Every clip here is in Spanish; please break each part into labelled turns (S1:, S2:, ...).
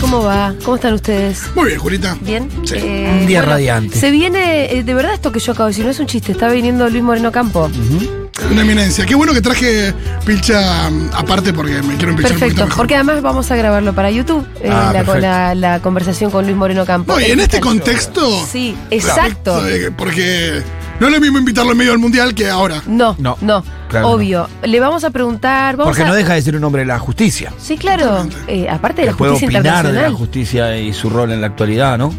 S1: ¿Cómo va? ¿Cómo están ustedes?
S2: Muy bien, Julita.
S1: ¿Bien?
S2: Sí.
S1: Eh,
S3: Un día radiante.
S1: Se viene, eh, de verdad esto que yo acabo de decir, no es un chiste, está viniendo Luis Moreno Campo.
S2: Una eminencia. Qué bueno que traje pilcha mm, aparte porque me quiero empilchar un poquito
S1: Perfecto,
S2: mejor.
S1: porque además vamos a grabarlo para YouTube, eh,
S3: Ah,
S1: la,
S3: perfecto.
S1: la- la conversación con Luis Moreno Campo.
S2: No, y en
S1: Él
S2: este
S1: está-
S2: contexto.
S1: Sí, exacto.
S2: eh, Porque no es lo mismo invitarlo en medio del mundial que ahora.
S1: No, no,
S3: No, claro
S1: obvio. Le vamos a preguntar, vamos
S3: Porque
S1: a...
S3: no deja de ser un hombre de la justicia.
S1: Sí, claro, eh, aparte de
S3: Que
S1: la
S3: puede
S1: justicia
S3: opinar de la
S1: internacional.
S3: justicia y su rol en la actualidad, ¿no?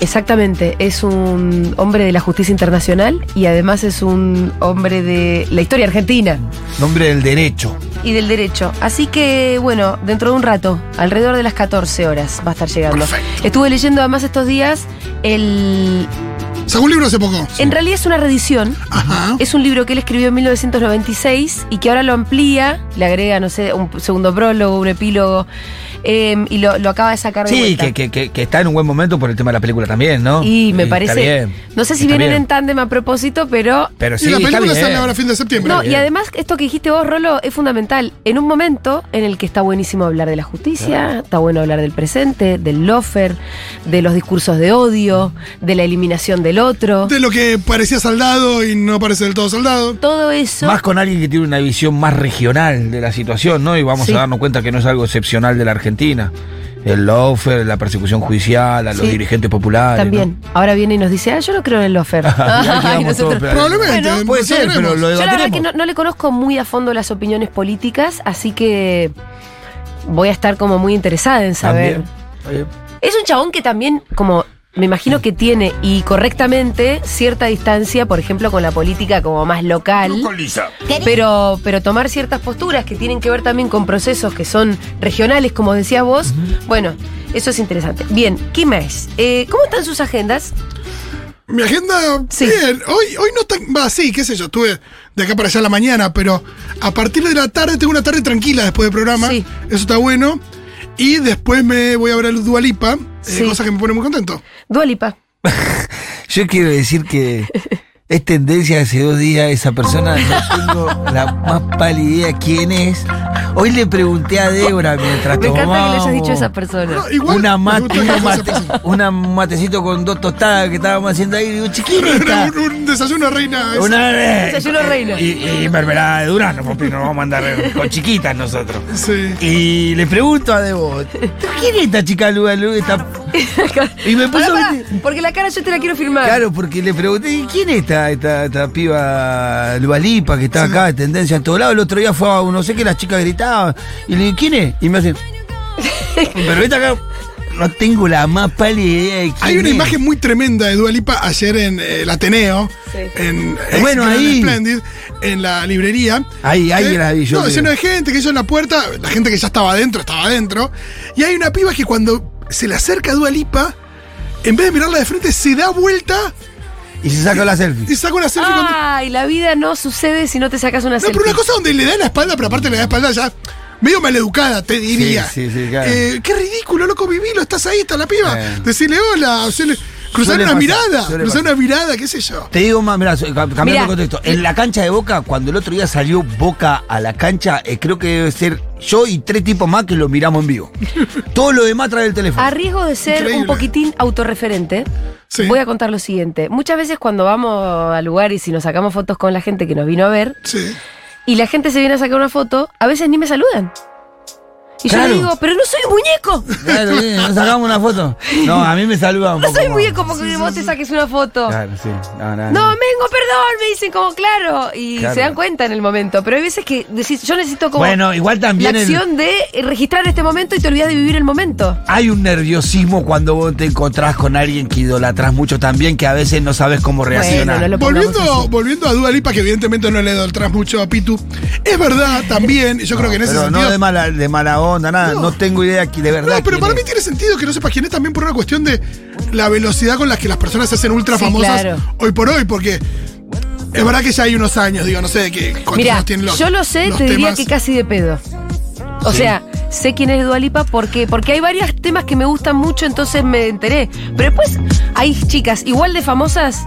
S1: Exactamente, es un hombre de la justicia internacional y además es un hombre de la historia argentina.
S3: Nombre del derecho.
S1: y del derecho. Así que, bueno, dentro de un rato, alrededor de las 14 horas, va a estar llegando.
S2: Perfecto.
S1: Estuve leyendo además estos días el.
S2: Sacó un libro hace poco.
S1: En realidad es una reedición.
S2: Ajá.
S1: Es un libro que él escribió en 1996 y que ahora lo amplía, le agrega, no sé, un segundo prólogo, un epílogo, eh, y lo, lo acaba de sacar de
S3: Sí,
S1: vuelta.
S3: que, que- que- que está en un buen momento por el tema de la película también, ¿no?
S1: Y me
S3: Sí,
S1: parece.
S3: Está bien.
S1: No sé si
S3: Está
S1: vienen
S3: bien.
S1: en tándem a propósito, pero
S3: Pero sí,
S2: y la
S3: está
S2: película
S3: bien.
S2: sale ahora a fin de septiembre.
S1: No,
S3: bien.
S1: y además esto que dijiste vos, Rolo, es fundamental. En un momento en el que está buenísimo hablar de la justicia, está bueno hablar del presente, del lofer, de los discursos de odio, de la eliminación del otro.
S2: De lo que parecía saldado y no parece del todo saldado.
S1: Todo eso.
S3: Más con alguien que tiene una visión más regional de la situación, ¿no? Y vamos
S1: Sí.
S3: a darnos cuenta que no es algo excepcional de la Argentina. El lofer, la persecución judicial, a los
S1: Sí.
S3: dirigentes populares. ¿no?
S1: también. Ahora viene y nos dice, ah, yo no creo en el lofer.
S3: Mirá que
S1: Ay,
S3: vamos
S1: nosotros-
S3: todos para-
S2: Probablemente.
S1: Bueno,
S3: Puede
S2: no
S3: ser,
S2: sabremos.
S3: pero lo
S1: Yo la verdad
S3: debatiremos.
S1: que no, no le conozco muy a fondo las opiniones políticas, así que voy a estar como muy interesada en saber.
S3: También. Eh,
S1: Es un chabón que también, como me imagino que tiene, y correctamente, cierta distancia, por ejemplo, con la política como más local. Pero, pero tomar ciertas posturas que tienen que ver también con procesos que son regionales, como decías vos. Bueno, eso es interesante. Bien, ¿qué más? Eh, ¿Cómo están sus agendas?
S2: Mi agenda,
S1: Sí.
S2: bien. Hoy, hoy no tan. Va, sí, qué sé yo, estuve de acá para allá a la mañana, pero a partir de la tarde tengo una tarde tranquila después del programa.
S1: Sí.
S2: Eso está bueno. Y después me voy a ver al Dualipa,
S1: Sí.
S2: eh, cosa que me pone muy contento.
S1: Dualipa.
S3: Yo quiero decir que es tendencia hace dos días esa persona, no tengo la más pálida idea quién es. Hoy le pregunté a Débora mientras
S1: Me encanta que le hayas
S3: tomábamos
S1: dicho a esa persona.
S2: No, igual
S3: una
S2: me
S3: mate,
S2: gusta
S3: una
S2: que
S3: mate-
S2: sea esa
S3: una matecito con dos tostadas que estábamos haciendo ahí. Digo, chiquín
S2: persona.
S3: esta.
S2: un, un desayuno reina. es-
S3: Una
S1: Desayuno reina.
S3: Y, y mermelada de durazno, porque nos vamos a andar con chiquitas nosotros.
S2: Sí.
S3: Y le pregunto a Debo, ¿quién es esta chica Luga Luga? Esta- Y me
S1: Pará,
S3: puso.
S1: pará, porque la cara yo te la quiero firmar.
S3: Claro, porque le pregunté, ¿y quién es esta, esta, esta piba Lualipa que está acá de tendencia en todos lados? El otro día fue a un- no sé qué, las chicas gritaban. Y le dije, ¿quién es? Y me hace. Pero esta acá. No tengo la más pálida idea de quién
S2: Hay una
S3: es".
S2: imagen muy tremenda de Dualipa ayer en eh, el Ateneo.
S1: Sí.
S2: En
S3: Bueno,
S2: Gran
S3: ahí.
S2: Splendid, en la librería.
S3: Ahí, ahí
S2: Que-
S3: la vi yo.
S2: No,
S3: creo.
S2: lleno de gente que yo en la puerta, la gente que ya estaba adentro, estaba adentro. Y hay una piba que cuando se le acerca a Dua Lipa, en vez de mirarla de frente, se da vuelta
S3: Y se sacó la selfie.
S2: y saca una selfie con.
S1: Ay, Ah, la vida no sucede si no te sacas una
S2: No, pero
S1: selfie.
S2: una cosa donde le da la espalda, pero aparte le da la espalda ya. Medio maleducada, te diría.
S3: sí, sí, claro.
S2: Eh, qué ridículo, loco, vivilo, estás ahí, está la piba.
S3: Eh.
S2: Decirle hola, hacerle- cruzar
S3: Suele
S2: una
S3: pasar,
S2: mirada,
S3: suele
S2: cruzar
S3: pasar.
S2: una mirada, qué sé yo.
S3: Te digo más, mirá, so- ca- cambiando
S1: Mirá.
S3: de contexto. En la cancha de Boca, cuando el otro día salió Boca a la cancha, eh, creo que debe ser yo y tres tipos más que lo miramos en vivo. Todo lo demás trae el teléfono.
S1: A riesgo de ser
S2: Increíble.
S1: un poquitín autorreferente,
S2: Sí.
S1: voy a contar lo siguiente. Muchas veces cuando vamos a lugares y nos sacamos fotos con la gente que nos vino a ver,
S2: Sí.
S1: y la gente se viene a sacar una foto, a veces ni me saludan. Y yo
S3: Claro.
S1: le digo, pero no soy un muñeco.
S3: Claro, sí, nos sacamos una foto. No, a mí me saludan. un
S1: No
S3: poco
S1: soy
S3: más.
S1: muñeco como que vos te saques una foto.
S3: Claro, sí. No, no,
S1: No,
S3: no.
S1: Mengo, perdón, me dicen como claro. Y
S3: Claro.
S1: se dan cuenta en el momento. Pero hay veces que decís, yo necesito como
S3: Bueno, igual
S1: la
S3: también el-
S1: acción de registrar este momento y te olvidas de vivir el momento.
S3: hay un nerviosismo cuando vos te encontrás con alguien que idolatras mucho también, que a veces no sabes cómo
S1: Bueno,
S3: reaccionar.
S1: no lo pongamos
S2: Volviendo,
S1: así.
S2: volviendo a Dua Lipa, que evidentemente no le atrás mucho a Pitu, es verdad también, y yo creo que en ese
S3: pero
S2: sentido.
S3: no de mala, de mala onda, nada.
S2: No.
S3: No, tengo idea qui- de verdad.
S2: No, pero
S3: quién
S2: para
S3: es.
S2: mí tiene sentido que no sepas quién es también por una cuestión de la velocidad con la que las personas se hacen ultra
S1: Sí,
S2: famosas
S1: claro.
S2: hoy por hoy, porque es verdad que ya hay unos años, digo, no sé de qué cuántos
S1: Mira,
S2: años tienen los.
S1: yo lo sé,
S2: los
S1: te diría
S2: temas.
S1: que casi de pedo. O
S3: Sí.
S1: sea, sé quién es Dualipa porque porque hay varios temas que me gustan mucho, entonces me enteré. Pero después hay chicas igual de famosas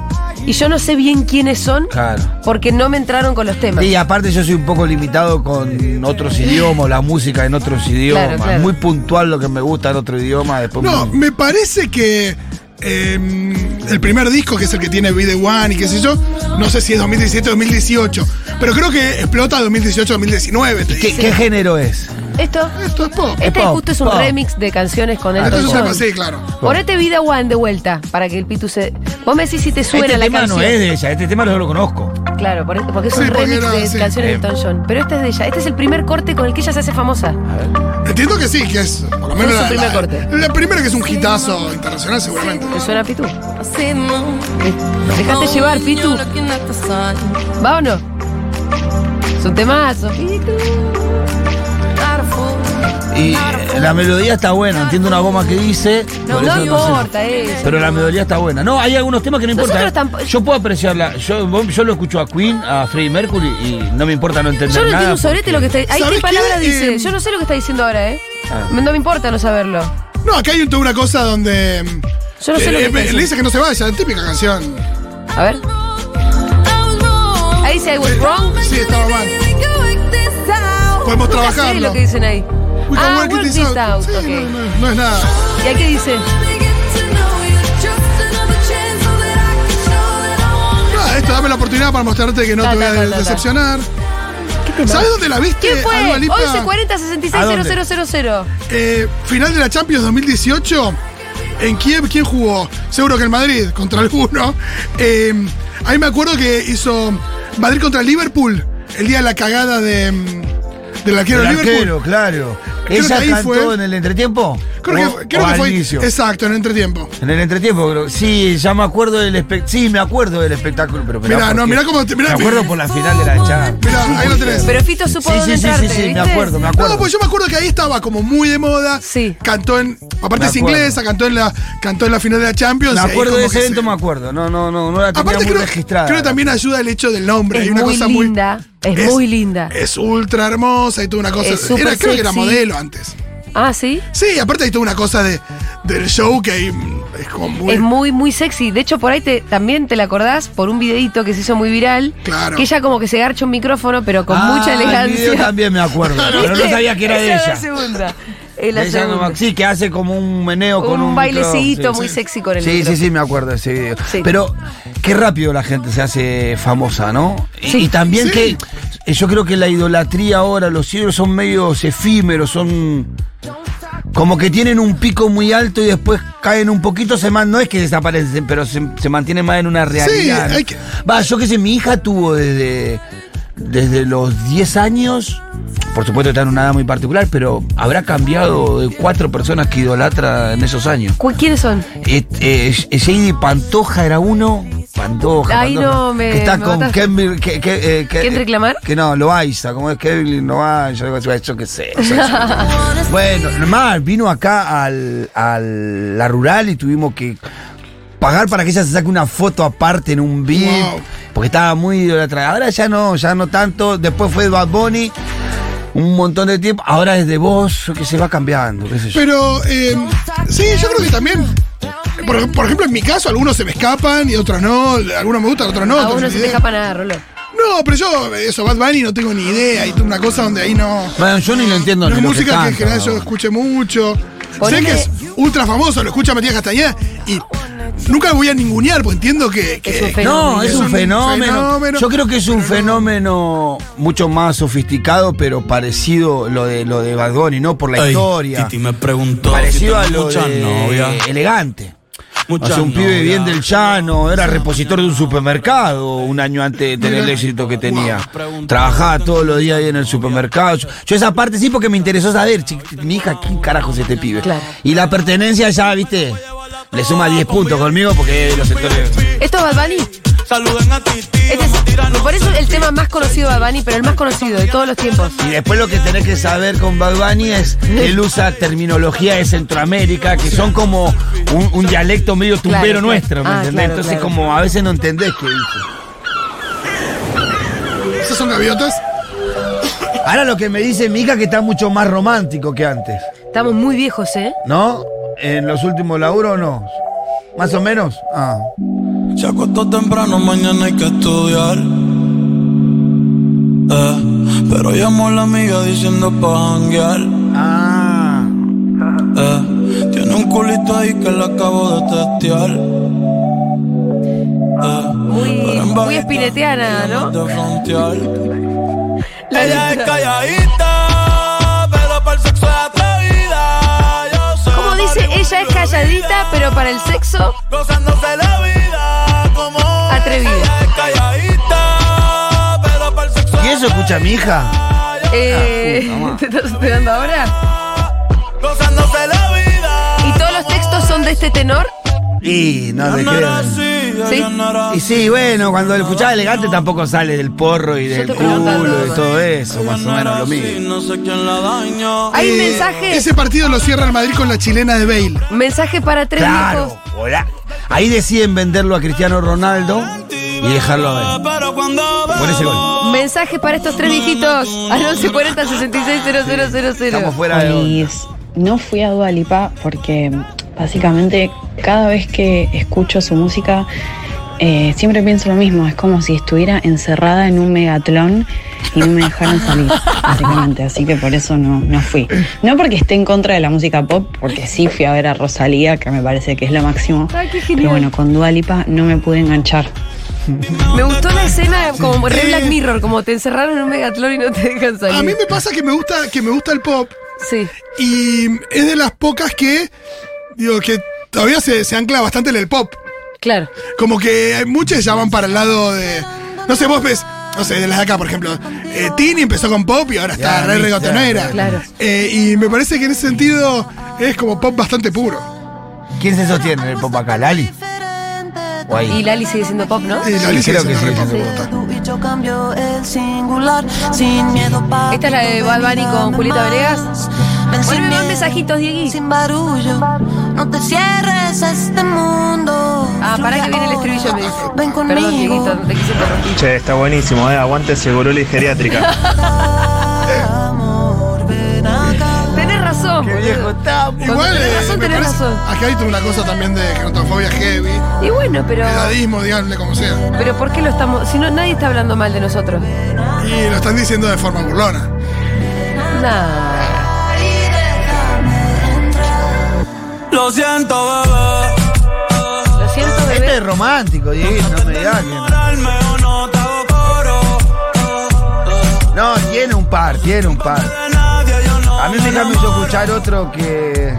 S1: y yo no sé bien quiénes son
S3: Claro.
S1: porque no me entraron con los temas.
S3: Y aparte yo soy un poco limitado con otros idiomas, la música en otros idiomas.
S1: claro.
S3: Muy puntual lo que me gusta en otro idioma. Después
S2: No,
S3: me-
S2: me parece que eh, el primer disco, que es el que tiene Be The One y qué sé yo, no sé si es 2017 o 2018, pero creo que explota 2018-2019. te
S3: ¿Qué,
S2: digo.
S3: qué género es?
S1: Esto,
S2: Esto es pop.
S1: este
S3: pop,
S1: justo es un
S3: pop.
S1: remix de canciones con
S3: Ah,
S1: el
S2: Esto es
S3: perdón.
S2: un tema, sí, claro.
S1: Ponete Vida One de vuelta para que el Pitu se. Vos me decís si te suena
S3: este
S1: la
S3: tema
S1: canción.
S3: no es de ella, este tema no lo conozco.
S1: Claro, por- porque es un
S2: Sí, porque
S1: remix
S2: era
S1: de
S2: así.
S1: canciones de
S3: Bien.
S1: Elton John. Pero este es de ella. Este es el primer corte con el que ella se hace famosa.
S2: Entiendo que sí, que es por lo menos
S1: su
S2: la,
S1: primer
S2: la-
S1: corte.
S2: la primera que es un hitazo internacional seguramente.
S1: ¿Te suena Pitu? Eh, Dejate
S4: Dejate
S1: llevar, Pitu. ¿Va o no? Es un temazo, Pitu.
S3: Y eh, la melodía está buena, entiendo una goma que dice.
S1: No,
S3: por
S1: no
S3: eso sé.
S1: importa eso.
S3: Pero la melodía está buena. No, hay algunos temas que no importan.
S1: Nosotros tampoco-
S3: Yo puedo apreciarla. Yo, vos- yo lo escucho a Queen, a Freddie Mercury y no me importa no entender
S1: Yo no
S3: nada.
S1: entiendo un sobrete lo que está Ahí qué
S2: ¿Sabés
S1: palabra
S2: qué?
S1: dice.
S2: Eh,
S1: Yo no sé lo que está diciendo ahora, ¿eh?
S3: Ah.
S1: No me importa no saberlo.
S2: No, acá hay un- toda una cosa donde mm,
S1: Yo no sé lo que
S2: eh,
S1: está
S2: le
S1: diciendo.
S2: dice que no se vaya, típica canción.
S1: A ver. Ahí dice I was wrong.
S2: Eh, Sí, estaba mal. Podemos
S1: Nunca sé
S2: trabajarlo.
S1: lo que dicen ahí.
S2: We can
S1: ah,
S2: work it
S1: work
S2: this
S1: this
S2: out.
S1: out,
S2: Sí,
S1: ok.
S2: no, Eh, no, no es nada.
S1: ¿Y ahí qué dice?
S2: Nada, esto dame la oportunidad para mostrarte que no
S1: Ta,
S2: te voy
S1: ta,
S2: a
S1: ta,
S2: de-
S1: ta, ta.
S2: decepcionar. ¿Sabes dónde la viste?
S1: ¿Quién fue?
S2: Alba Lipa?
S1: 1140
S3: ¿A dónde?
S1: 660000.
S2: Eh, final de la Champions 2018. En Kiev, ¿quién jugó? Seguro que el Madrid, contra alguno. Eh, ahí me acuerdo que hizo Madrid contra Liverpool, el día de la cagada de, mm, del arquero
S3: El
S2: de Liverpool.
S3: arquero, claro.
S2: Creo
S3: ¿Ella
S2: que ahí
S3: cantó
S2: fue.
S3: en el entretiempo?
S2: Creo
S3: O-
S2: que, creo
S3: o
S2: que
S3: al
S2: fue.
S3: inicio.
S2: Exacto, en el entretiempo.
S3: En el entretiempo, creo. Sí, ya me acuerdo del espectáculo. Sí, me acuerdo del espectáculo, pero mirá,
S2: Mirá,
S3: por
S2: no,
S3: qué.
S2: mirá cómo te- mirá-
S3: me acuerdo por la final de la Champions.
S2: Mirá, ahí lo tenés.
S1: Pero Fito supo
S3: Sí,
S1: dónde
S3: sí, sí,
S1: entrarte,
S3: sí, sí, me
S1: ¿viste?
S3: acuerdo, me acuerdo.
S2: No, pues yo me acuerdo que ahí estaba como muy de moda.
S1: Sí.
S2: Cantó en. Aparte
S3: Me
S2: es
S3: acuerdo.
S2: inglesa, cantó en la, cantó en la final de la Champions.
S3: me
S2: y ahí
S3: acuerdo
S2: como
S3: de ese
S2: que
S3: evento,
S2: se-
S3: me acuerdo. No, no, no, no la tenía
S2: Aparte
S3: muy
S2: creo,
S3: registrada.
S2: creo que también ayuda el hecho del nombre.
S1: Es
S2: Hay una
S1: muy
S2: cosa
S1: linda, es muy linda.
S2: Es ultra hermosa y toda una cosa.
S1: Es súper
S2: era, creo que era
S1: sexy.
S2: modelo antes.
S1: Ah, sí.
S2: Sí, aparte hay toda una cosa de, del show que hay, mm, es como muy.
S1: Es muy, muy sexy. De hecho, por ahí te, también te la acordás por un videito que se hizo muy viral.
S2: Claro.
S1: Que ella como que se garcha un micrófono, pero con
S3: Ah,
S1: mucha
S3: el
S1: elegancia.
S3: video también me acuerdo. pero no
S1: ¿Viste?
S3: sabía que era de
S1: Esa
S3: ella.
S1: La segunda. Es la
S3: De ella
S1: segunda.
S3: no- sí, que hace como un meneo con un.
S1: un bailecito
S3: micro- sí,
S1: muy
S3: sí.
S1: sexy con el
S3: Sí,
S1: micro.
S3: sí, sí, me acuerdo de ese video.
S1: Sí.
S3: Pero qué rápido la gente se hace famosa, ¿no? Y,
S1: Sí.
S3: y también
S2: Sí.
S3: que eh, yo creo que la idolatría ahora, los ídolos son medios efímeros, son como que tienen un pico muy alto y después caen un poquito, se man- no es que desaparecen, pero se, se mantienen más en una realidad.
S2: hay que-
S3: Va, yo qué sé, mi hija tuvo desde, desde los 10 años, por supuesto está en una edad muy particular, pero habrá cambiado de cuatro personas que idolatra en esos años.
S1: ¿Cu- ¿Quiénes son?
S3: Eh, eh, eh, Shady Pantoja era uno. Pantoja.
S1: Ay,
S3: Pantoja,
S1: no, me-
S3: Que está
S1: me
S3: con
S1: mataste.
S3: Kevin. Que, que, eh, que-
S1: ¿Kendrick Lamar?
S3: Que no, Loaiza. Como es Kevin Loaiza, algo así, yo qué sé. bueno, normal, vino acá al, al- la rural y tuvimos que pagar para que ella se saque una foto aparte en un VIP.
S2: Wow.
S3: Porque estaba muy idolatrada. Ahora ya no, ya no tanto. Después fue Bad Bunny. Un montón de tiempo. Ahora es de vos, que se va cambiando, qué sé yo.
S2: Pero eh, sí, yo creo que también. Por, por ejemplo, en mi caso, algunos se me escapan y otros no. Algunos me gustan, otros no.
S1: a
S2: otros
S1: uno
S2: ni
S1: se te
S2: idea.
S1: escapa nada, Rolo.
S2: No, pero yo, eso, Bad Bunny no tengo ni idea. Y toda una cosa donde ahí no.
S3: Bueno, yo ni lo entiendo.
S2: No
S3: ni
S2: es
S3: lo que
S2: música que, en
S3: canta,
S2: general
S3: no.
S2: yo escuché mucho.
S1: Ponele-
S2: Sé que es ultra famoso, lo escucha Matías Castañeda y nunca lo voy a ningunear, porque entiendo que. que-
S1: Es un fenómeno.
S3: No, es, un fenómeno.
S2: fenómeno.
S3: Yo creo que es un fenómeno mucho más sofisticado, pero parecido lo de lo de Bad Bunny, ¿no por la
S5: Ey,
S3: historia.
S5: Titi me preguntó
S3: Parecido a
S5: si tengo
S3: lo
S5: muchas
S3: de
S5: novias.
S3: elegante.
S5: Muchas
S3: O sea, un pibe
S5: novias.
S3: bien del llano, era repositor de un supermercado un año antes de tener el éxito que tenía. Trabajaba todos los días ahí en el supermercado. Yo, yo esa parte sí porque me interesó saber, chi- mi hija, ¿quién carajo es este pibe?
S1: Claro.
S3: Y la pertenencia ya, viste, le suma 10 puntos conmigo porque los sectores...
S1: ¿Esto es Bad Bunny?
S5: Saluden a Titi.
S1: Este es, me parece el tema más conocido de Bad Bunny, pero el más conocido de todos los tiempos.
S3: Y después lo que tenés que saber con Bad Bunny es que él usa terminología de Centroamérica, que son como un, un dialecto medio tumbero
S1: Claro, claro.
S3: nuestro, ¿me
S1: Ah,
S3: entendés?
S1: claro,
S3: Entonces
S1: claro.
S3: como a veces no entendés qué dice.
S2: ¿Esas son gaviotas?
S3: Ahora lo que me dice mi hija que está mucho más romántico que antes,
S1: Estamos muy viejos, ¿eh?
S3: ¿no? En los últimos laburos no. Más o menos. Ah.
S5: Se acostó temprano, mañana hay que estudiar. Eh, pero llamó a la amiga diciendo pa' janguear.
S3: Ah.
S5: Eh, tiene un culito ahí que la acabo de testear. Eh,
S1: Muy-
S5: pero en
S1: muy
S5: bajita,
S1: espineteana, ¿no?
S5: de frontear.
S1: La
S5: Ella es
S1: letra.
S5: calladita, pero para el sexo es atrevida. Yo soy
S1: Como dice,
S5: Hollywood
S1: ella es
S5: de
S1: calladita,
S5: vida,
S1: pero para el sexo,
S5: Gozándose la vida, como es.
S1: Atrevida.
S5: Ella es calladita, pero para el sexo
S3: ¿Y eso escucha mi hija? Ah,
S1: eh, ¿te estás esperando ahora?
S5: es Gozándose la vida.
S1: ¿Y todos los textos son de este tenor?
S3: Y no
S5: Yo
S3: te
S5: no era
S3: creo.
S5: así, yo
S1: ¿Sí?
S5: no era
S3: Y
S5: así.
S3: sí, bueno, cuando lo escuchás elegante tampoco sale del porro y del
S1: te preguntaba, ¿eh?
S3: culo y
S1: ¿no?
S3: todo eso, más o
S5: Yo no era
S3: menos lo
S5: así,
S3: mismo.
S5: No sé quién la dañó.
S1: Hay un
S2: Eh,
S1: mensaje,
S2: Ese partido lo cierra el Madrid con la chilena de Bale.
S1: mensaje para tres
S3: Claro,
S1: viejos.
S3: hola. Ahí deciden venderlo a Cristiano Ronaldo y dejarlo a él.
S5: Pero cuando
S3: Por ese gol.
S1: Mensaje para estos tres viejitos al 1140 66
S3: Estamos
S1: 000.
S3: fuera de. onda.
S4: Olis, no fui a Dua Lipa porque básicamente cada vez que escucho su música eh, siempre pienso lo mismo, es como si estuviera encerrada en un megatlón y no me dejaron salir, básicamente, así que por eso no, no fui. No porque esté en contra de la música pop, porque sí fui a ver a Rosalía, que me parece que es lo máximo,
S1: Ay, qué genial.
S4: pero bueno, con Dua Lipa no me pude enganchar.
S1: Me gustó la escena como re
S3: Eh.
S1: Black Mirror, como te encerraron en un megatlón y no te dejan salir.
S2: A mí me pasa que me gusta, que me gusta el pop
S1: Sí.
S2: y es de las pocas que, digo, que todavía se, se ancla bastante en el pop.
S1: Claro.
S2: Como que hay muchas ya van para el lado de. No sé, vos ves. No sé, de las de acá, por ejemplo. eh, Tini empezó con pop y ahora está
S3: Ya,
S2: re
S3: ya,
S2: regotonera.
S1: claro.
S2: Eh, y me parece que en ese sentido es como pop bastante puro.
S3: ¿Quién se sostiene en el pop acá? ¿Lali? ¿O
S1: Y
S3: ahí?
S1: Lali sigue siendo pop, ¿no?
S2: Y la Alicia
S3: creo
S2: es
S3: que
S2: una
S3: sí,
S2: re
S3: sí,
S2: pop,
S3: sí.
S2: me gusta.
S6: Y yo cambio el singular sin miedo pa-
S1: Esta es la de Bad Bunny con Julieta Venegas.
S6: Ven sin
S1: Vuelve más
S6: miedo,
S1: mensajitos, Diegui.
S6: Sin barullo, no te cierres a este mundo.
S1: Ah, pará que viene el estribillo. Me dice.
S6: Ven conmigo.
S1: Perdón, Dieguito, no te quise interrumpir.
S7: Che, está buenísimo, eh. Aguante ese y geriátrica.
S6: Amor, ven acá.
S1: Tenés razón.
S3: Qué
S1: boludo.
S3: viejo estamos.
S2: Igual, eh,
S1: tenés razón,
S2: me
S1: tenés
S2: parece-
S1: razón.
S2: Acá hay una cosa también de gerontofobia heavy,
S1: Y bueno, pero.
S2: edadismo, díganle como sea.
S1: Pero ¿por qué lo estamos.? Si no, nadie está hablando mal de nosotros.
S2: Y lo están diciendo de forma burlona.
S1: Nah.
S5: Lo siento, bebé.
S1: Lo siento,
S3: Este
S1: bebé.
S3: es romántico, Dieguín, no me digas que-
S5: Pararme o no te hago coro.
S3: No, tiene un par, tiene un par.
S5: De nadie yo no
S3: A mí me encanta mucho escuchar otro que.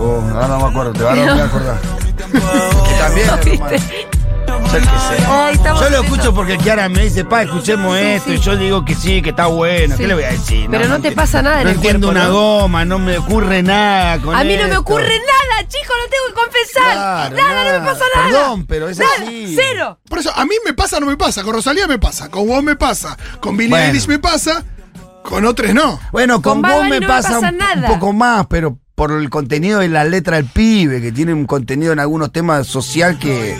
S3: Oh, ahora no me acuerdo, te ahora no me voy a acordar. que también es romántico. Yo qué sé.
S1: Ay, estamos
S3: Yo lo
S1: haciendo-
S3: escucho porque Kiara me dice, pa, escuchemos esto, y yo digo que sí, que está bueno,
S1: Sí.
S3: ¿qué le voy a decir?
S1: Pero no te
S3: enti-
S1: pasa nada en
S3: No
S1: el
S3: entiendo
S1: cuerpo,
S3: una
S1: ¿no?
S3: goma, no me ocurre nada con
S1: A mí no me
S3: esto.
S1: ocurre nada, chico, lo tengo que confesar.
S3: Claro,
S1: nada, no me
S3: nada.
S1: pasa nada.
S3: Perdón, pero es
S1: Nada,
S3: así.
S1: Cero.
S2: Por eso, a mí me pasa, no me pasa. Con Rosalía me pasa, con vos me pasa, con Billie
S3: Bueno.
S2: Eilish me pasa, con otros no.
S3: Bueno,
S1: Con
S3: con,
S1: Bad
S3: vos
S1: Bunny
S3: me
S1: no me
S3: pasa,
S1: pasa
S3: un,
S1: nada.
S3: un poco más, pero por el contenido de la letra del pibe, que tiene un contenido en algunos temas social que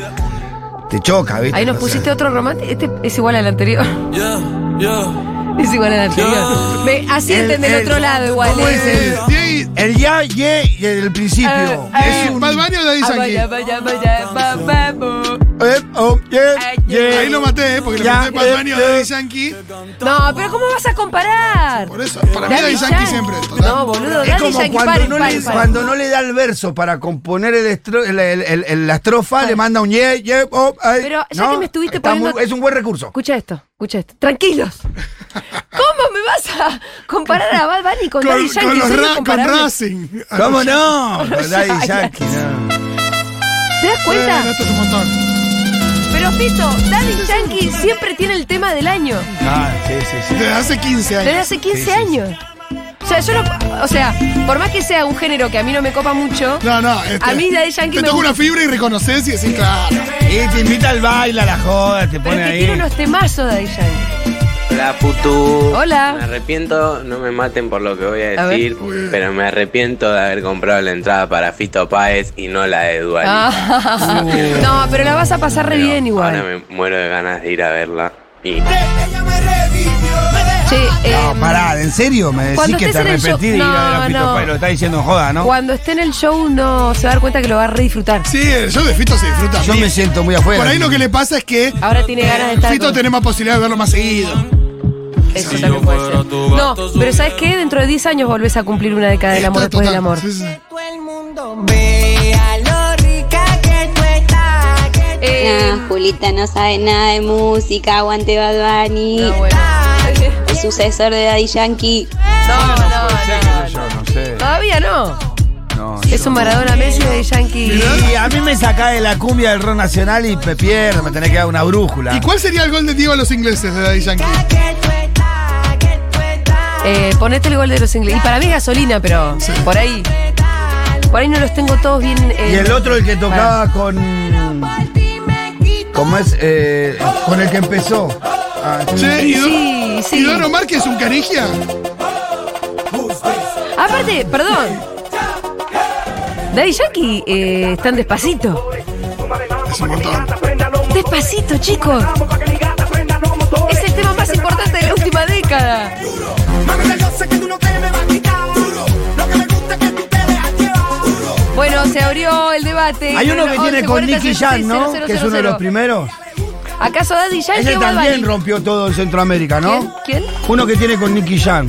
S3: te choca, ¿viste?
S1: Ahí nos
S3: O sea,
S1: pusiste otro romántico. Este es igual al anterior.
S5: Yeah, yeah.
S1: Es igual al anterior. Ve, así
S3: El-
S1: entiende el
S3: el-
S1: otro lado igual.
S3: ¿Cómo
S1: eh.
S3: es el-
S2: Eh, Diego,
S3: El ya, ye y el principio.
S1: Eh,
S2: ¿es Bad Bunny o Daddy
S1: Ah,
S2: Yankee?
S1: vaya, vaya, vaya, va, vamos.
S3: Eh, oh, yeah, yeah.
S2: Ahí lo maté, ¿eh? porque le maté
S3: Ya,
S2: Bad Bunny o
S3: eh,
S2: Daddy
S3: eh.
S2: Yankee.
S1: No, pero ¿cómo vas a comparar?
S2: Por eso, para mí Daddy Yankee siempre. total.
S1: No, boludo,
S3: Es
S1: Daddy
S3: como
S1: Yankee
S3: cuando,
S1: paren,
S3: no
S1: paren,
S3: le,
S1: paren.
S3: cuando no le da el verso para componer el estro- el- el- el- el- la estrofa, le manda un yeah, yeah, oh, ay,
S1: Pero ya que me estuviste
S3: Está
S1: poniendo-
S3: muy- es un buen recurso.
S1: Escucha esto, escucha esto. Tranquilos. ¿Cómo me vas a comparar a Bad Bunny con, Daddy
S2: Con,
S1: Yankee?
S2: con los
S1: Son
S2: ra- con
S1: incomparables.
S2: Racing.
S3: ¿Cómo no? Con
S1: Ay,
S3: Daddy Yankee, no.
S1: ¿Te das
S3: Eh,
S1: cuenta?
S2: Bueno, Eh, esto es un montón.
S1: Pero Fito, Daddy Yankee siempre tiene el tema del año.
S3: Ah, sí, sí, sí.
S2: Desde hace 15 años.
S1: Desde hace 15 años. O sea, yo no- O sea, por más que sea un género que a mí no me copa mucho.
S2: No, no. este,
S1: A mí Daddy Yankee
S2: Te
S1: me
S2: toca
S1: gusta.
S2: una fibra y reconoces y decís, claro.
S3: Y te invita al baile, a la joda, te
S1: Pero
S3: pone
S1: es que
S3: ahí.
S1: tiene unos temazos Daddy Yankee.
S8: Hola, putu.
S1: Hola.
S8: Me arrepiento, no me maten por lo que voy a
S1: A
S8: decir, pero me arrepiento de haber comprado la entrada para Fito Páez y no la de Dual.
S1: Ah, no, pero la vas a pasar re bien igual.
S8: Ahora me muero de ganas de ir a verla. Y...
S1: Che,
S3: No,
S1: em,
S3: pará, ¿en serio? Me decís
S1: cuando
S3: que te
S1: estés en el show-
S3: arrepentís de ir a
S1: No,
S3: ver a Fito
S1: no.
S3: Páez, lo está diciendo joda, ¿no?
S1: Cuando esté en el show no se va a dar cuenta que lo va a redisfrutar.
S2: Sí, el show de Fito se disfruta.
S3: Yo me siento muy afuera.
S2: Por ahí lo que le pasa es que
S1: Ahora tiene ganas de estar.
S2: Fito
S1: con-
S2: tiene más posibilidad de verlo más seguido.
S1: Eso también puede ser. No, pero ¿sabes qué? Dentro de 10 años volvés a cumplir una década del amor
S2: Está
S1: después del
S2: total-
S1: amor.
S2: sí, sí.
S6: Todo el mundo vea lo rica que tú estás. que tú
S1: Eh,
S9: Ah,
S10: Nah, Julita no sabe nada de música, aguante Bad Bunny,
S1: no, bueno.
S10: el sucesor de Daddy Yankee.
S1: No, no,
S3: Puede ser,
S1: no,
S3: qué sé yo, no sé.
S1: Todavía no.
S3: No,
S1: Es un Maradona Messi de Yankee.
S3: Y a mí me saca de la cumbia del rock nacional y me pierdo, me tenés que dar una brújula.
S2: ¿Y cuál sería el gol de Diego a los ingleses de Daddy Yankee?
S6: estás, que tú estás, que tú estás.
S1: Eh, ponete el gol de los ingleses. Y para mí es gasolina, pero por ahí. Por ahí no los tengo todos bien. eh,
S3: Y el otro, el que tocaba con. ¿Cómo es? Eh, con el que empezó. Ah,
S2: Che,
S1: Y
S2: ¿y, Do-
S1: sí, sí.
S2: ¿y Doro Márquez un canigia?
S1: Aparte, perdón. Daddy Yankee eh, están despacito.
S2: Es un montón.
S1: Despacito, chicos. Es el tema más importante de la última década. Bueno, se abrió el debate.
S3: Hay uno que
S1: 11,
S3: tiene con
S1: 40,
S3: Nicky
S1: 06,
S3: Jan, ¿no?
S1: 00,
S3: Que es uno de los primeros.
S1: ¿Acaso Daddy Yankee
S3: Ese
S1: o Bad
S3: también
S1: Bunny?
S3: rompió todo en Centroamérica, ¿no?
S1: ¿Quién? ¿Quién?
S3: Uno que tiene con Nicky Jan.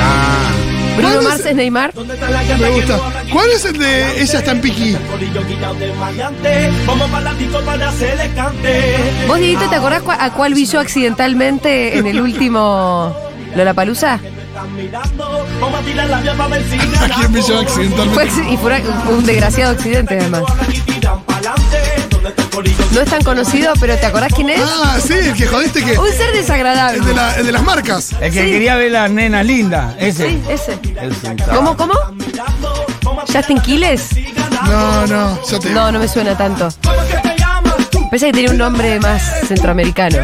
S3: Ah,
S1: Bruno
S2: ¿Cuál es?
S1: Mars es Neymar.
S2: Me gusta. ¿Cuál es el de Ella está en Piqui?
S1: ¿Vos, Dieguito, te acordás cua- a cuál vi yo accidentalmente en el último Lollapalooza?
S2: ¿A quién me lleva accidentalmente?
S1: Fue acci- y fue una- fue un desgraciado accidente, además. No es tan conocido, pero ¿te acordás quién es?
S2: Ah, sí, el que jodiste que.
S1: Un ser desagradable.
S2: El de, la- el de las marcas.
S3: el que
S1: Sí.
S3: quería ver las nenas lindas. Ese.
S1: Sí, ese.
S3: Ese.
S1: ¿Cómo, cómo? ¿Justin Quiles?
S2: No, no, ya te.
S1: No, no me suena tanto. Pensé que tenía un nombre más centroamericano.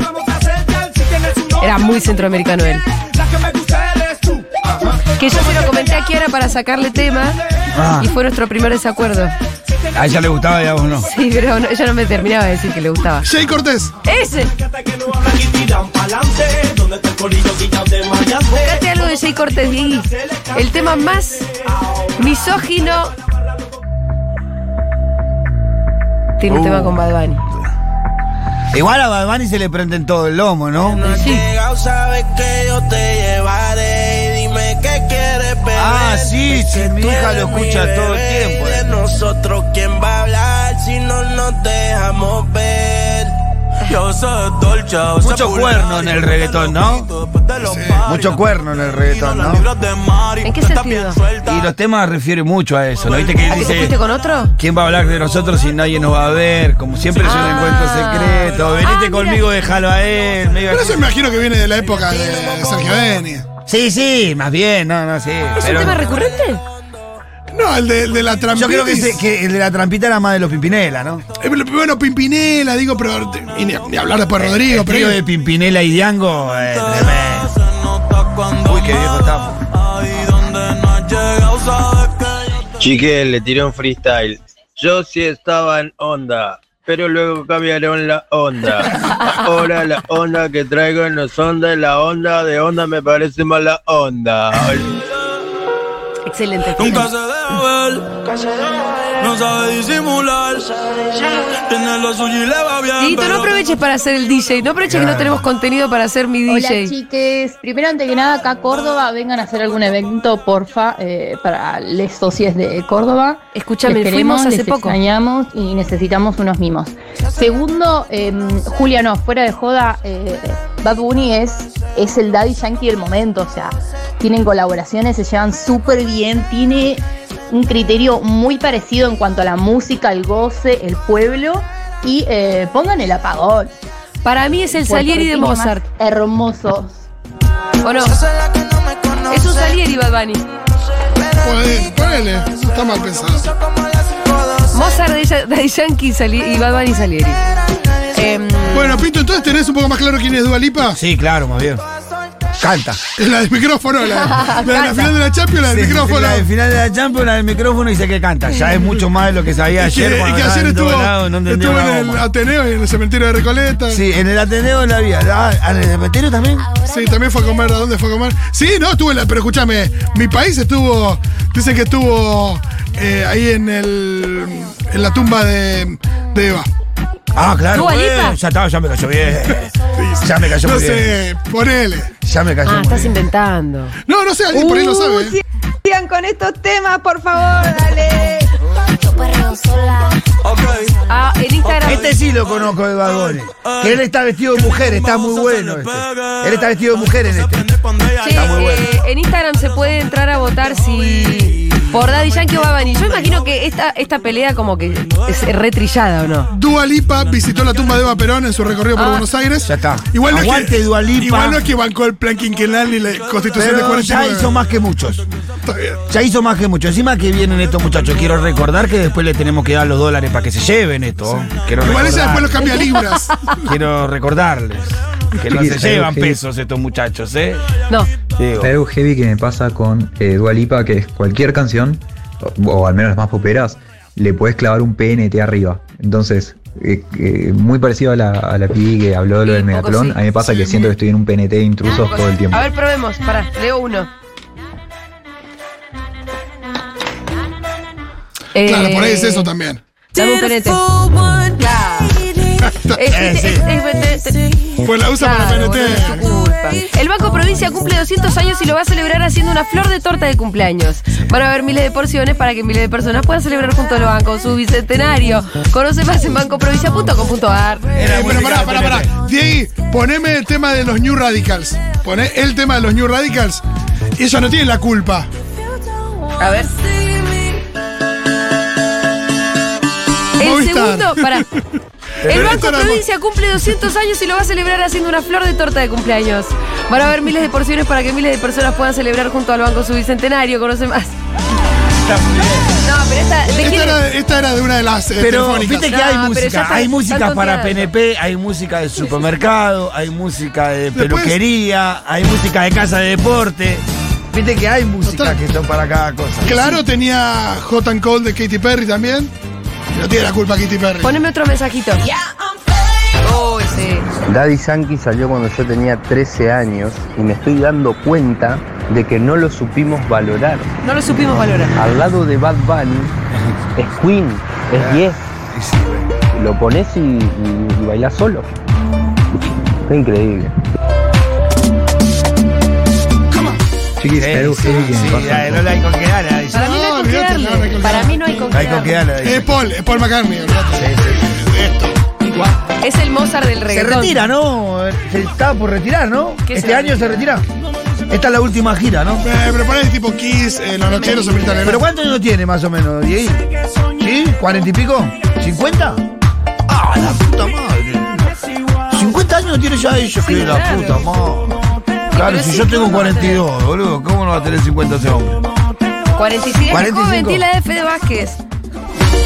S1: Era muy centroamericano él. Que yo se lo comenté a Kiara para sacarle tema
S3: Ah.
S1: y fue nuestro primer desacuerdo.
S3: A ella le gustaba y a vos no.
S1: Sí, pero no- ella no me terminaba de decir que le gustaba. eh,
S2: Jay Cortés.
S1: ¡Ese! Buscate algo de Jay Cortés, Diegui. El tema más misógino. Tiene un
S3: Uh.
S1: tema con Bad Bunny.
S3: Igual a Bad Bunny se le prenden todo el lomo, ¿no?
S1: Sí.
S5: Llegado, sabes que yo te llevaré. y Dime qué quieres beber.
S3: Ah, sí, sí, mi
S5: Tú
S3: hija lo
S5: eres mi
S3: escucha todo el
S5: bebé,
S3: tiempo.
S5: De nosotros, ¿quién va a hablar si no nos dejamos ver? Yo soy Dolce,
S3: Mucho cuerno en el reggaetón, ¿no? Mucho cuerno en el reggaetón, ¿no?
S1: ¿En qué sentido?
S3: Y los temas refieren mucho a eso, ¿no? ¿Viste que
S1: ¿A que te
S3: dice
S1: fuiste con otro?
S3: quién va a hablar de nosotros si nadie nos va a ver? Como siempre es un
S1: Ah.
S3: encuentro secreto.
S1: Ah,
S3: Venite
S1: mira.
S3: conmigo, déjalo a él. medio
S2: Pero
S3: así.
S2: eso me imagino que viene de la época de Sergio Beni.
S3: Sí, sí, más bien, no, no, sí.
S1: ¿Es un
S3: pero-
S1: tema recurrente?
S2: No, el de, el de la
S3: Yo
S2: trampita.
S3: creo que, ese- que el de la trampita era más de los Pimpinela, ¿no?
S2: Eh, Bueno, Pimpinela, digo, pero. Y ni, ni hablar después de Rodrigo,
S3: El trío
S2: pero.
S3: de Pimpinela y Diango, eh, tremendo. Uy, qué viejo estamos.
S7: Chique, le tiró un freestyle. Yo sí estaba en onda, pero luego cambiaron la onda. Ahora la onda que traigo no es onda, es la onda de onda me parece mala onda.
S1: Excelente.
S5: Nunca se deja ver, no sabe disimular. Tiene lo suyo y le va bien.
S1: Dieguito, no
S5: pero-
S1: aproveches para hacer el DJ. No aproveches que no tenemos contenido para hacer mi
S11: Hola
S1: DJ.
S11: chiques, primero antes que nada acá a Córdoba, vengan a hacer algún evento, porfa, eh, para les socios de Córdoba.
S1: Escúchame,
S11: Les
S1: fuimos
S11: queremos,
S1: hace
S11: les
S1: poco.
S11: extrañamos y necesitamos unos mimos. Segundo, eh, Julia, no, fuera de joda, eh, Bad Bunny es, es el daddy yankee del momento, o sea, tienen colaboraciones, se llevan súper bien, tiene un criterio muy parecido en cuanto a la música, el goce, el pueblo y eh, pongan el apagón.
S1: Para mí es el Salieri de
S11: puertorriqueño más
S1: Mozart.
S11: Hermoso.
S1: ¿O no? Es un Salieri, Bad Bunny.
S2: Ponele, ponele, no está mal pensado.
S1: Mozart, de Daddy Yankee Sali- y Bad Bunny Salieri. Em,
S2: Bueno, Pinto, entonces tenés un poco más claro quién es Dualipa.
S3: Sí, claro, más bien. Canta.
S2: La del micrófono, la, la de la final de la Champions, la del
S3: Sí,
S2: micrófono.
S3: La del final de la Champions, la del micrófono y sé que canta. Ya es mucho más de lo que sabía
S2: Y que,
S3: ayer.
S2: y
S3: cuando
S2: que
S3: estaba
S2: ayer
S3: en todo
S2: estuvo,
S3: lado, no entendía
S2: estuvo
S3: una
S2: en el
S3: goma.
S2: Ateneo y en el cementerio de Recoleta.
S3: Sí, en el Ateneo la había. Ah, ¿Al cementerio también?
S2: Sí, también fue a comer. ¿A dónde fue a comer? Sí, no, estuvo en la. Pero escúchame, mi país estuvo. Dicen que estuvo eh, ahí en el. En la tumba de, de Eva.
S3: Ah, claro.
S1: ¿Dua
S3: bueno,
S1: Lipa?
S3: ya estaba, ya me cayó bien. Ya me cayó
S2: No
S3: muy bien.
S2: sé, ponele.
S3: Ya me cayó
S1: Ah,
S3: muy
S1: estás
S3: bien.
S1: inventando.
S2: No, no sé, alguien por ahí
S3: Uh,
S2: lo sabe. ¿eh?
S12: Sigan con estos temas, por favor, dale.
S1: Ah, en Instagram.
S3: Este sí lo conozco de Badones. Que él está vestido de mujer, está muy bueno este. Él está vestido de mujer en este.
S1: Che, eh, en Instagram se puede entrar a votar si. Por Daddy Yankee o Bad Bunny. Yo imagino que esta, esta pelea como que es retrillada o no.
S2: Dua Lipa visitó la tumba de Eva Perón en su recorrido por
S1: Ah.
S2: Buenos Aires.
S3: Ya está.
S2: Igual no, es
S3: Aguante,
S2: que,
S3: Dua Lipa.
S2: igual no es que bancó el plan quinquenal ni la constitución de
S3: Pero ya
S2: 49.
S3: hizo más que muchos.
S2: Está bien.
S3: Ya hizo más que mucho. Encima que vienen estos muchachos. Quiero recordar que después le tenemos que dar los dólares para que se lleven esto. Quiero
S2: Igual ella después
S3: recordar-
S2: los cambia a libras.
S3: Quiero recordarles que no se
S13: Sí,
S3: llevan
S13: sí.
S3: pesos estos muchachos, ¿eh?
S1: No.
S3: Digo,
S13: Hay algo heavy que me pasa con eh, Dua Lipa, que es cualquier canción, o, o al menos las más poperas, le puedes clavar un PNT arriba. Entonces, eh, eh, muy parecido a la, a la pibi que habló de lo
S1: Sí,
S13: del
S1: un poco
S13: Megatlón,
S1: sí.
S13: a mí me pasa que siento que estoy en un PNT de intrusos todo el tiempo.
S1: A ver, probemos. Pará, leo uno.
S2: Claro,
S1: Eh,
S2: por ahí es eso también.
S1: Dame un penete.
S3: Eh,
S1: Es- es- es- es- es-
S2: Eh, Pues la usa
S1: Claro,
S2: para
S1: boludo, es tu
S2: PNT.
S1: culpa. El Banco Provincia cumple 200 años y lo va a celebrar haciendo una flor de torta de cumpleaños. Van a haber miles de porciones para que miles de personas puedan celebrar junto al banco su bicentenario. Conoce más en bancoprovincia.com.ar.
S2: Eh, pero pará, pará, pará. Diegui, poneme el tema de los New Radicals. Poné el tema de los New Radicals. Y ellos no tienen la culpa.
S1: A ver. El
S2: Movistar.
S1: segundo, pará. El
S2: Pero
S1: Banco
S2: esto no-
S1: Provincia cumple 200 años y lo va a celebrar haciendo una flor de torta de cumpleaños. Van a haber miles de porciones para que miles de personas puedan celebrar junto al banco su bicentenario. Conoce más. No, pero esta. ¿de quién
S2: Esta
S1: es?
S2: era, esta era de una de las eh,
S3: Pero
S2: telefónicas.
S3: viste que
S1: No,
S3: hay
S1: pero ya
S3: música,
S1: está-
S3: hay
S1: están
S3: música para
S1: confiados.
S3: PNP, hay música de supermercado, hay música de
S2: Después-
S3: peluquería, hay música de casa de deporte. Viste que hay música
S2: Total.
S3: que son para cada cosa.
S2: Claro, tenía Hot and Cold de Katy Perry también. No tiene la culpa Katy Perry.
S1: Poneme otro mensajito. Oh, ese.
S14: Daddy Yankee salió cuando yo tenía 13 años y me estoy dando cuenta de que no lo supimos valorar.
S1: No lo supimos valorar.
S14: Al lado de Bad Bunny es Queen, es 10. Lo pones y, y- y bailás solo. Es increíble.
S13: Chiquis, hay algo heavy que me
S3: Sí,
S13: pasa
S3: dale,
S13: con-
S3: no la hay con qué dar, ahí.
S1: Para mí no hay con qué
S2: olvídate, no, no hay
S1: darle.
S2: con
S1: Para
S2: qué
S1: mí no hay con
S3: No hay
S1: qué
S3: con qué
S1: darle.
S3: dar, ahí.
S2: Es Paul, es Paul McCartney. olvídate.
S1: Es el Mozart del
S3: Se
S1: reggaetón.
S3: retira, ¿no? Se está por retirar, ¿no?
S1: ¿Qué
S3: Este
S1: se
S3: año se retira. Esta es la última gira, ¿no?
S2: Eh, pero ponele tipo Kiss, eh, Los Nocheros o Mirta Legrand.
S3: ¿Pero cuántos años tiene más o menos, Diego? ¿Sí? ¿Cuarenta y pico? ¿Cincuenta? ¡Ah, la puta madre! ¿Cincuenta años tiene ya ellos? ¡Qué la
S1: claro.
S3: puta madre! Claro,
S1: pero
S3: si
S1: si
S3: yo
S1: tú
S3: tengo
S1: no
S3: 42, boludo, ¿cómo no va a tener 50 ese hombre?
S1: 47 es
S3: 45.
S1: joven, tiene la F de Vázquez.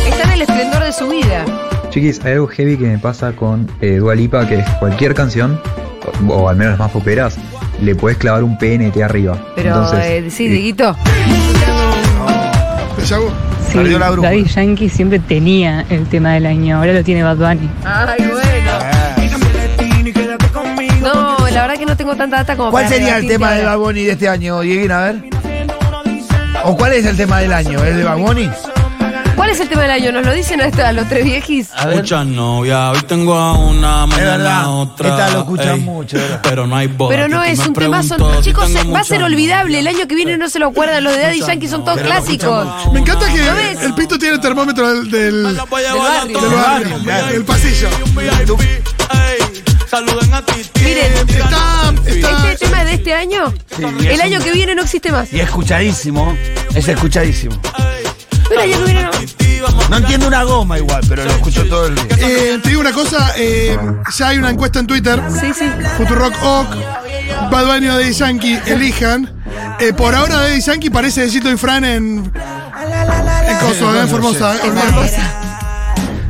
S1: Está en el esplendor de su vida.
S13: Chiquis, hay algo heavy que me pasa con eh, Dua Lipa, que es cualquier canción, o, o al menos las más poperas, le puedes clavar un PNT arriba.
S1: Pero,
S13: Entonces,
S1: eh, sí,
S13: eh,
S1: Dieguito.
S2: Te llamo.
S4: Sí,
S3: Perdió la brújula.
S4: Daddy Yankee siempre tenía el tema del año, ahora lo tiene Bad Bunny.
S1: Ay, bueno. No, la verdad que no tengo tanta data como
S3: ¿Cuál
S1: para
S3: sería el
S1: debatirte
S3: tema de
S1: ahora.
S3: Baboni de este año, Dieguín? A ver. ¿O cuál es el tema del año? ¿El de Baboni?
S1: ¿Cuál es el tema del año? ¿Nos lo dicen a, esto- a los tres viejis?
S3: A ver.
S15: Muchas novias, hoy tengo a una, mañana
S3: verdad,
S15: a otra.
S3: esta lo escuchan
S15: ey,
S3: mucho, ¿verdad?
S15: Pero no hay boda.
S1: Pero no
S15: que tú
S1: es
S15: me
S1: un
S15: preguntas
S1: temazo.
S15: si
S1: Chicos,
S15: tengo
S1: se- va a ser
S15: muchas
S1: olvidable. El año que viene no se lo acuerdan. Los de Daddy Yankee son todos clásicos.
S2: Me encanta
S1: ¿No
S2: que
S1: ves?
S2: el pito tiene el termómetro del, del, del
S15: novias. Voy a llevar a
S1: barrio.
S15: todas.
S2: barrio,
S3: claro.
S2: del pasillo.
S15: Ey, saluden a ti.
S1: Miren,
S2: Está, está.
S1: este tema de este año,
S3: y es
S1: el año
S3: un-
S1: que viene no existe más.
S3: Y escuchadísimo, es escuchadísimo.
S1: Pero el año que viene no.
S3: No entiendo una goma igual, pero lo escucho todo el día.
S2: Eh, te digo una cosa, eh, ya hay una encuesta en Twitter.
S1: Sí, sí.
S2: Futurock Oak, Bad Bunny o Daddy Yankee, elijan. Eh, por ahora Daddy Yankee parece Besito y Fran en. En Kosovo, en Formosa. eh, olvídate.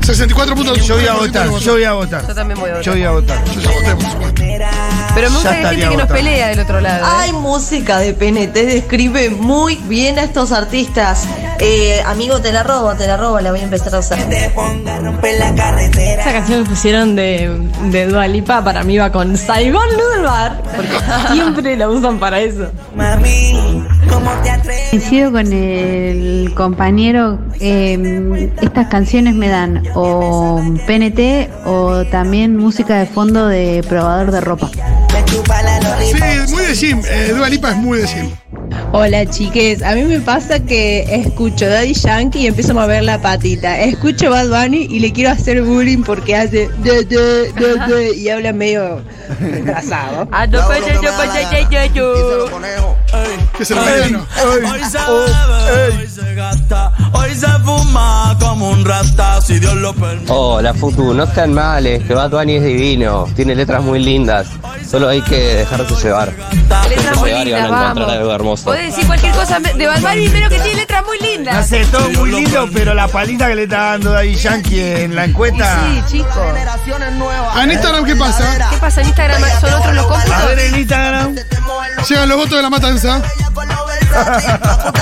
S2: 64.2.
S3: Yo voy a votar, yo voy a votar.
S1: Yo también voy a votar.
S3: Yo voy a votar.
S2: Yo ya voté, por supuesto.
S1: Pero me gusta
S3: Ya
S1: que hay gente
S3: estaría
S1: que nos
S3: votando.
S1: pelea del otro lado. ¿eh?
S16: Hay música de PNT, describe muy bien a estos artistas. Eh, amigo, te la robo, te la robo, la voy a empezar a usar.
S17: Esa canción que pusieron de, de Dua Lipa para mí va con Saigon Noodle Bar, porque siempre la usan para eso.
S18: Coincido con el compañero, eh, estas canciones me dan o PNT o también música de fondo de probador de ropa.
S2: Sí, muy de Jim. Eh, Dua Lipa es muy de Jim.
S6: Hola chiques, a mí me pasa que escucho Daddy Yankee y empiezo a mover la patita. Escucho Bad Bunny y le quiero hacer bullying porque hace de, de, de, de, y habla medio engrasado.
S2: Que se lo metan.
S19: Hoy se bebe, hoy se gasta, hoy se fuma como un rata, si Dios lo permite.
S8: Oh, la Futu, no sean males, que Bad Bunny es divino, tiene letras muy lindas, solo hay que dejarse llevar.
S1: Letras muy
S8: Llevar y van a
S1: lindas,
S8: encontrar
S1: vamos.
S8: algo hermoso.
S1: Podés decir cualquier cosa de Balbari, pero que tiene letras muy lindas.
S3: No sé, todo muy lindo, pero la palita que le está dando Daddy Yankee en la encuesta.
S1: Sí, chicos.
S2: Ah, ¿En Instagram qué pasa?
S1: ¿Qué pasa en Instagram? ¿Son otros los
S2: A ver
S1: cómplices?
S2: en Instagram. Llegan los votos de la matanza.
S5: La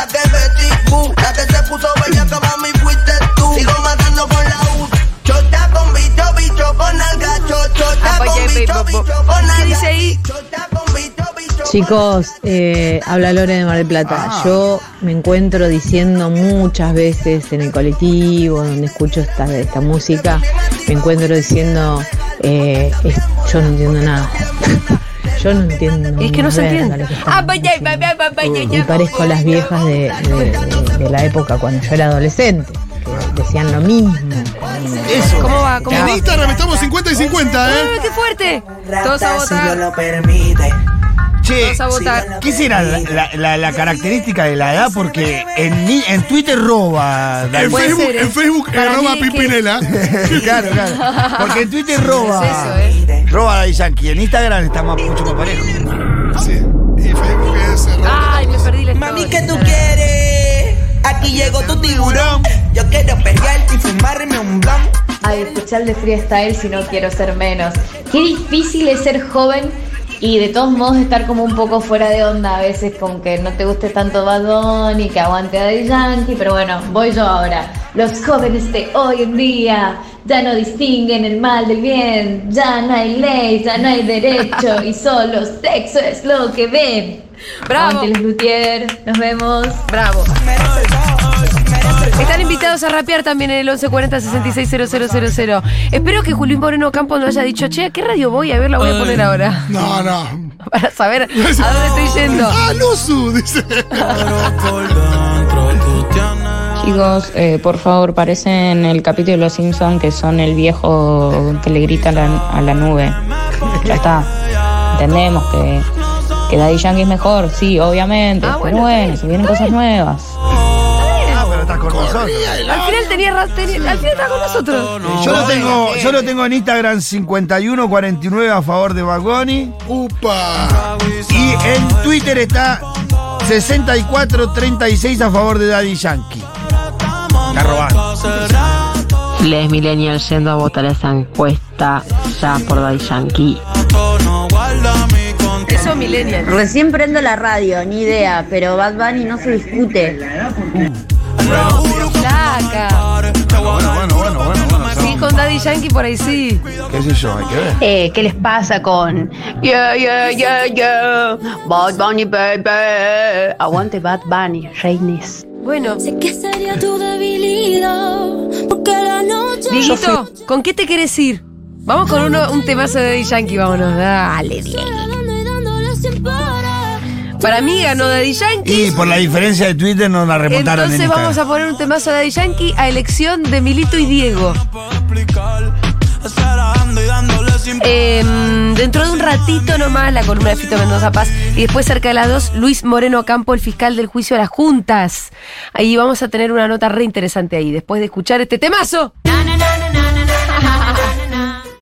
S5: que se puso bellaca, mami, fuiste tú. Sigo matando con la U. Chota con bicho, bicho con alga. cho-
S1: Ah,
S5: Chota
S1: pues,
S5: con bicho, bicho con alga.
S1: dice ahí?
S4: Chicos, eh, habla Lore de Mar del Plata.
S8: Ah.
S4: Yo me encuentro diciendo muchas veces en el colectivo, donde escucho esta, esta música, me encuentro diciendo, eh, es- yo no entiendo nada. yo no entiendo.
S1: Es que no
S4: una
S1: se
S4: verga
S1: entiende.
S4: lo que están
S1: Ah, vaya, vaya, vaya,
S4: y
S1: vaya.
S4: parezco las viejas de, de- de- de la época cuando yo era adolescente, que decían lo mismo.
S2: Eso.
S1: ¿Cómo va? ¿Cómo
S2: en
S1: va?
S2: Instagram estamos 50 y 50, ¿eh?
S1: ¡Ah, qué fuerte! Todos a votar.
S3: Che,
S1: Todos a votar.
S3: ¿qué será la, la- la- la característica de la edad? Porque en, ni- en Twitter roba. Daddy
S2: En
S3: Yankee.
S2: Facebook, en Facebook eh, roba Pimpinela.
S3: claro, claro. Porque en Twitter roba. Roba Daddy Yankee. En Instagram está más, mucho más parejo.
S2: Sí. Y Facebook es eh, roba.
S1: Ay, me perdí la
S5: Mami, ¿qué tú quieres? Aquí llegó tu tiburón. Yo quiero pelearte y fumarme un blanco.
S20: Ay, escuchar de freestyle si no quiero ser menos. Qué difícil es ser joven y de todos modos estar como un poco fuera de onda a veces con que no te guste tanto Badón y que aguante a Yankee, pero bueno, voy yo ahora. Los jóvenes de hoy en día ya no distinguen el mal del bien, ya no hay ley, ya no hay derecho y solo sexo es lo que ven.
S1: Bravo.
S20: Aguante los Lutier, nos vemos.
S1: Bravo. Están invitados a rapear también en el 1140-660000. Espero que Julián Moreno Campo no haya dicho, che, ¿a qué radio voy? A ver, la voy a poner ahora.
S2: No, no.
S1: Para saber a dónde estoy yendo.
S2: ¡Ah, Luzu! Dice.
S9: Chicos, eh, por favor, parecen el capítulo de Los Simpsons que son el viejo que le grita a la, a la nube. Ya está. Entendemos que, que Daddy Yankee es mejor, sí, obviamente.
S20: Ah,
S9: pero bueno, se vienen cosas nuevas.
S3: Ah, pero estás con nosotros.
S1: Al final tenía razón. Al final está con nosotros.
S3: Yo lo, tengo, yo lo tengo en Instagram 5149 a favor de Bagoni.
S2: ¡Upa!
S3: Y en Twitter está 6436 a favor de Daddy Yankee. La robaron.
S21: Les millennials yendo a votar esa encuesta ya por Daddy Yankee.
S1: Eso millennial.
S22: Recién prendo la radio, ni idea, pero Bad Bunny no se discute.
S1: Placa.
S3: Bueno, bueno, bueno, bueno, bueno.
S1: Sí, con Daddy Yankee por ahí sí.
S3: ¿Qué sé yo? Hay que ver.
S23: Eh, ¿Qué les pasa con Yeah, yeah, yeah, yeah? Bad Bunny, baby. Aguante Bad Bunny, reines.
S1: Bueno.
S23: Sé que sería tu debilidad. Porque la noche.
S1: Dieguito, ¿con qué te querés ir? Vamos con uno, un temazo de Daddy Yankee, vámonos. Dale, Diego. Para mí ganó Daddy Yankee.
S3: Y por la diferencia de Twitter nos la remontaron
S1: Entonces
S3: en
S1: vamos a poner un temazo de Daddy Yankee a elección de Milito y Diego. Em, dentro de un ratito nomás la columna de Fito Mendoza Paz y después cerca de las dos Luis Moreno Campo, el fiscal del juicio a las juntas. Ahí vamos a tener una nota re interesante ahí, después de escuchar este temazo.